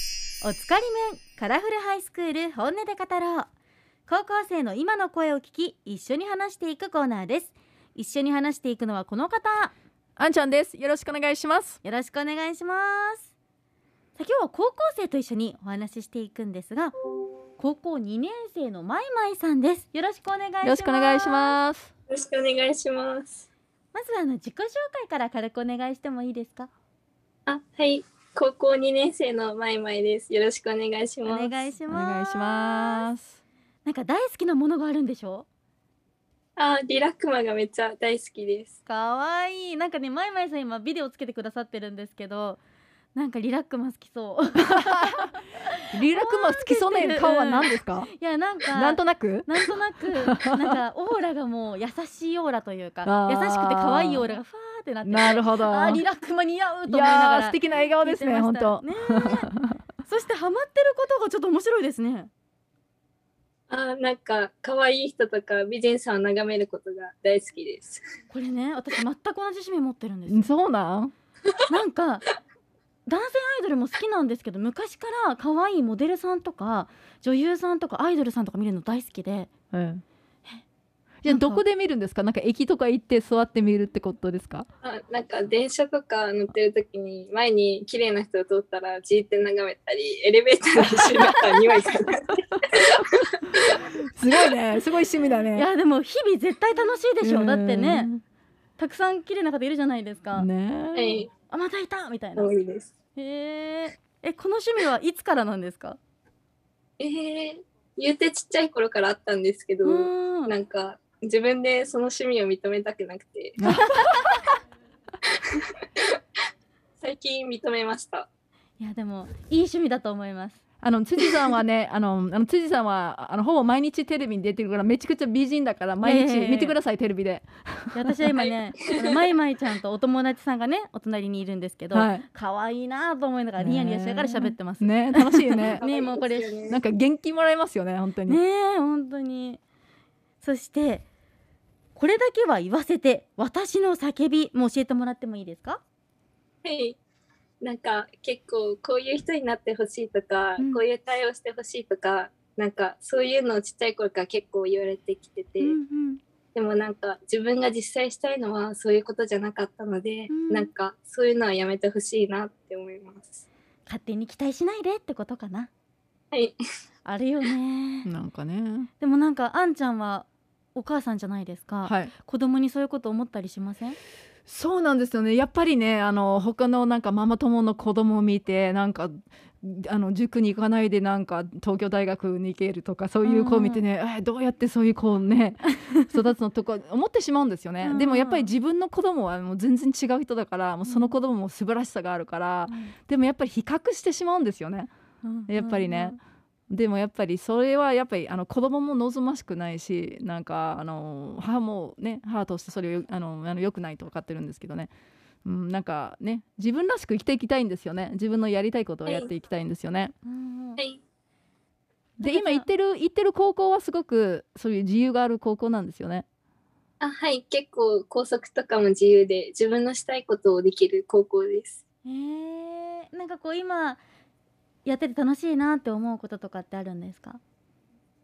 スカリムーンカラフルハイスクール本音で語ろう高校生の今の声を聞き一緒に話していくコーナーです一緒に話していくのはこの方あんちゃんです。よろしくお願いします。よろしくお願いしますさあ今日は高校生と一緒にお話ししていくんですが高校2年生のまいまいさんですよろしくお願いしますよろしくお願いします。よろしくお願いします。まずはあの自己紹介から軽くお願いしてもいいですかあ、はい。高校2年生のまいまいです。よろしくお願いしおます。願いしおます願いします。なんか大好きなものがあるんでしょあ、リラックマがめっちゃ大好きです。かわいいなんかねまいまいさん今ビデオつけてくださってるんですけどなんかリラックマ好きそう リラクマ好きそうな顔は何ですか？いやなんかなんとなく？なんとな くなんかオーラがもう優しいオーラというかあー優しくて可愛いオーラがファーってなってなるほど。あーリいラックマ似合うと思いながやらー素敵な笑顔ですね。聞い本てま当。したねえそしてハマってることがちょっと面白いですねあ、なんか可愛い人とか美人さんを眺めることが大好きです。これね私全く同じ趣味持ってるんですよそうなん？なんか男性アイドルも好きなんですけど昔から可愛いモデルさんとか女優さんとかアイドルさんとか見るの大好きでうん。じゃあどこで見るんですか？なんか駅とか行って座って見るってことですか？あ、なんか電車とか乗ってる時に前に綺麗な人を通ったらじーって眺めたり、エレベーターの後ろだったら匂い嗅いだりすごいね。すごい趣味だいね。やでも日々絶対楽しいでしうょんだってね。たくさん綺麗な方いるじゃないですか、はね い。あまたいたみたいな多いです。へええこの趣味はいつからなんですかえー、言うてちっちゃい頃からあったんですけど、うん なんか自分でその趣味を認めたくなく てあ。最近認めました。いやでもいい趣味だと思いますあの辻さんはね、 あのあの辻さんはあのほぼ毎日テレビに出てるからめちゃくちゃ美人だから毎日見てくださいテレビで。いや私は今ねあのまいまいちゃんとお友達さんがねお隣にいるんですけど、はい。可愛いなと思いながらニヤニヤしながら喋ってますねね楽しいね ねもうこれ可愛いですよなねんか元気もらえますよね本当に、ねえ本当にそしてこれだけは言わせて私の叫びも教えてもらってもいいですかはい。なんか結構こういう人になってほしいとか、うんこういう対応してほしいとか、なんかそういうのをちっちゃい頃から結構言われてきてて、うんでもなんか自分が実際したいのはそういうことじゃなかったので、うんなんかそういうのはやめてほしいなって思います。勝手に期待しないでってことかなはい。あるよねなんかねでもなんかあんちゃんはお母さんじゃないですか、はい子供にそういうこと思ったりしませんそうなんですよねやっぱりねあの他のなんかママ友の子供を見てなんかあの塾に行かないでなんか東京大学に行けるとかそういう子を見てね、えどうやってそういう子を ね育つのとか思ってしまうんですよね、うんでもやっぱり自分の子供はもう全然違う人だからもうその子供も素晴らしさがあるからでもやっぱり比較してしまうんですよねやっぱりねでもやっぱりそれはやっぱりあの子供も望ましくないしなんかあの母もね母としてそれをあのあの良くないと分かってるんですけどね、うん、なんかね自分らしく生きていきたいんですよね自分のやりたいことをやっていきたいんですよね。うんうんはい。でなんか今行ってる行ってる高校はすごくそういう自由がある高校なんですよね。あ、はい。結構校則とかも自由で、自分のしたいことをできる高校です。えー、なんかこう今やってて楽しいなって思うこととかってあるんですか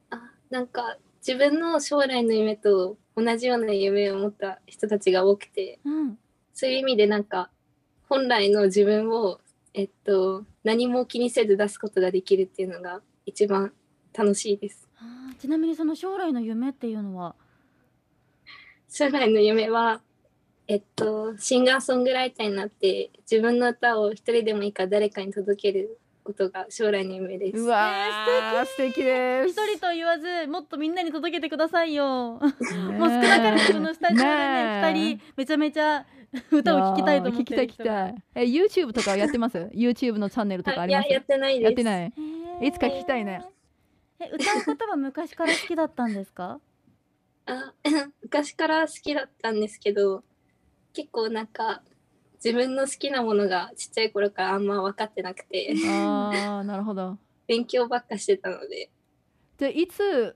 あ、なんか自分の将来の夢と同じような夢を持った人たちが多くて、うんそういう意味でなんか本来の自分を、えっと、何も気にせず出すことができるっていうのが一番楽しいです。あーちなみにその将来の夢っていうのは将来の夢は、えっと、シンガーソングライターになって自分の歌を一人でもいいから誰かに届けることが将来の夢です。わー素敵で一人と言わずもっとみんなに届けてくださいよ、ももう少なからずこのスタジオでね二人めちゃめちゃ歌を聴きたいと思ってる聞き人たい聞きたい。え YouTube とかやってます？YouTube のチャンネルとかああいりまやす？やってないです。やってない。へーいつか聞きたいねえ歌うことは昔から好きだったんですかあ 昔から好きだったんですけど結構なんか自分の好きなものがちっちゃい頃からあんま分かってなくてああなるほど。勉強ばっかしてたのでじゃあいつ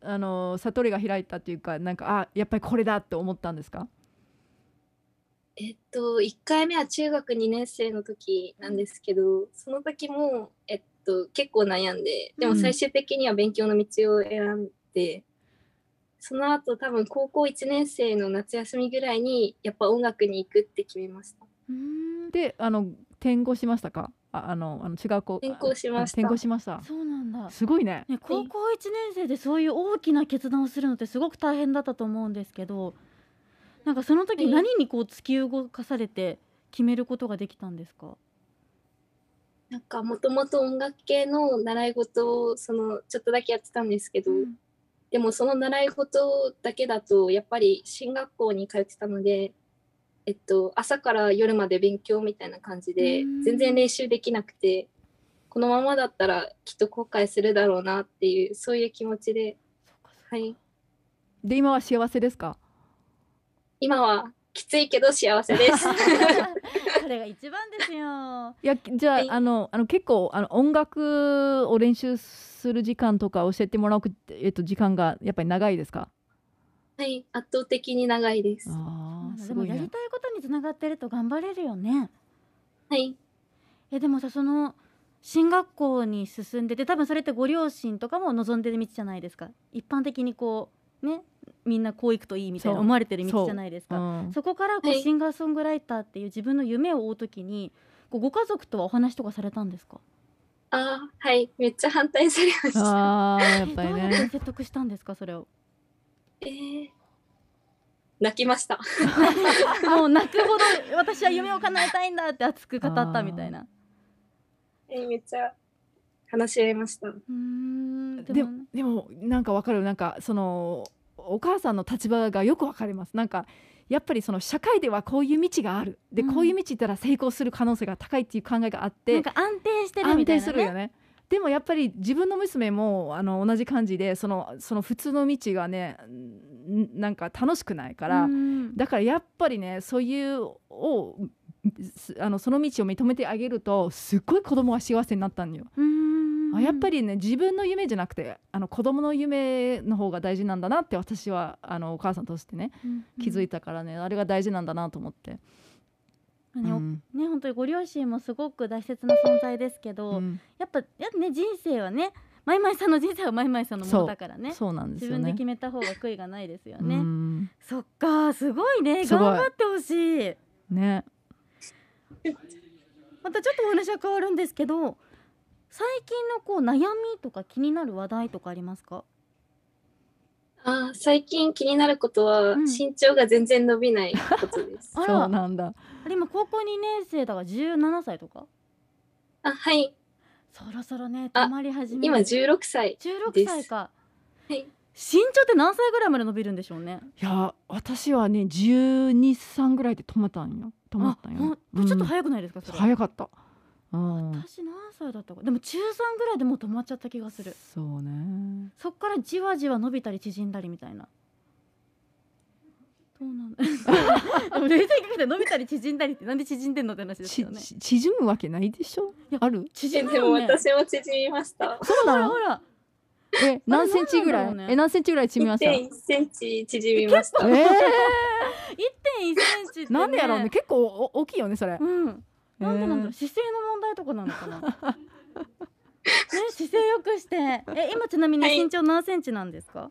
あの悟りが開いたっていうかなんかあやっぱりこれだって思ったんですかえっと1回目は中学2年生の時なんですけどその時もえっと結構悩んででも最終的には勉強の道を選んで、その後多分高校1年生の夏休みぐらいにやっぱ音楽に行くって決めましたうんであの転校しましたかああのあの違う子転校しましたあ転校しましたそうなんだ、すごいねね、高校1年生でそういう大きな決断をするのってすごく大変だったと思うんですけどなんかその時はい何にこう突き動かされて決めることができたんですか、なんかもともと音楽系の習い事をそのちょっとだけやってたんですけど、でもその習い事だけだとやっぱり進学校に通ってたので、えっと、朝から夜まで勉強みたいな感じでうん全然練習できなくてこのままだったらきっと後悔するだろうなっていうそういう気持ちで、はい、で今は幸せですか今はきついけど幸せ です。 それが一番ですよ。いやじゃあはいあのあの結構あの音楽を練習する時間とか教えてもらう、えっと、時間がやっぱり長いですかはい、圧倒的に長いです。はあーですもごいやりねたいことにつながってると頑張れるよね。い、えでもさその進学校に進んでて多分それってご両親とかも望んでる道じゃないですか一般的にこうねみんなこう行くといいみたいなそう思われてる道じゃないですうかんそこからこうはいシンガーソングライターっていう自分の夢を追うときにこうご家族とはお話とかされたんですかあーはい、めっちゃ反対されました。あーやっえぱどりうやっねて説得したんですかそれ をえー泣きました。もう泣くほど私は夢を叶えたいんだって熱く語ったみたいなえーめっちゃ話し合いました。うーんででももでもなんかわかるなんかそのお母さんの立場がよくわかりますなんかやっぱりその社会ではこういう道があるで、うんこういう道行ったら成功する可能性が高いっていう考えがあってなんか安定してる安みたい定なするよねねでもやっぱり自分の娘もあの同じ感じでそのその普通の道がねんなんか楽しくないから、うんだからやっぱりねそういうをすあのその道を認めてあげるとすっごい子供は幸せになったんよ。うーんあやっぱりね自分の夢じゃなくてあの子供の夢の方が大事なんだなって私はあのお母さんとしてね気づいて、たからね、あれが大事なんだなと思って。まあねおうんね本当にご両親もすごく大切な存在ですけど、うんやっぱやっぱね人生はねマイマイさんの人生はマイマイさんのものだからねそうなんです自よ分でね。決めた方が悔いがないですよね、うんそっかすごいねすごい頑張ってほしいねまたちょっとお話は変わるんですけど最近のこう悩みとか気になる話題とかありますかあー最近気になることは、うん身長が全然伸びないことで す。あらそうなんだ。あれ今高校2年生だから17歳とかあはいそろそろねあ止まり始め今る16歳16歳か、はい身長って何歳ぐらいまで伸びるんでしょうねいや私はね1 2三ぐらいで止まったんよ止まったんよあ、ほんちょっうとん早くないですかそれ早かった、うん、私何歳だったかでも中3ぐらいでもう止まっちゃった気がするそうねそっからじわじわ伸びたり縮んだりみたいなどうなんだ でも冷静に考えて伸びたり縮んだりってなんで縮んでんのって話ですち よねち縮むわけないでしょやあるえ縮むでもよね私も縮みましたそうほならのほらえ何センチぐら、ないんだろうねえ何センチぐらい縮みましたえ1 1ンチ縮みま したー、 1.1センチって、ね、 なんでやろうね結構お大きいよねそれうんなんでなんだろうえー姿勢の問題とかなのかな ね姿勢よくしてえ今ちなみにはい身長何センチなんですか、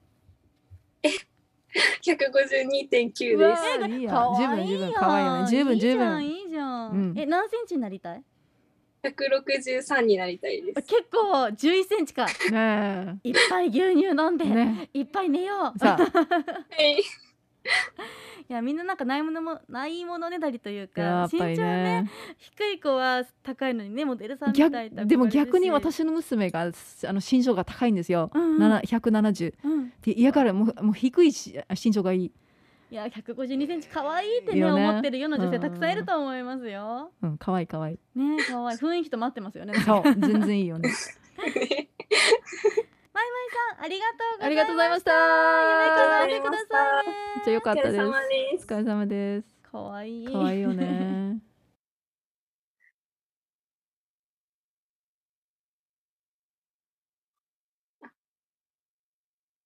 152.9うでわすーいいや可十愛分い十やん分可愛いよね十分十分いいじゃんいいじゃん、うんえ何センチになりたい163になりたいであす結構11センチかねいっぱい牛乳飲んで、えねいっぱい寝よう えさあはいい やみんななんかないものもないものねだりというかやっぱり身長ねね低い子は高いのにねモデルさんみたいだから逆でも逆嬉しにい、私の娘があの身長が高いんですよ、うんうん七170うん、で嫌からもうもう低いし身長がいい、いや152センチ可愛いっていいねよね思ってる世の女性うんたくさんいると思いますようん、可愛い可愛いね可愛い雰囲気と待ってますよね そう全然いいよねありがとうございますあり夢叶えてがとうございましたくださいねめっちゃ良かったですお疲れ様ですお疲れ様です可愛い可愛いよね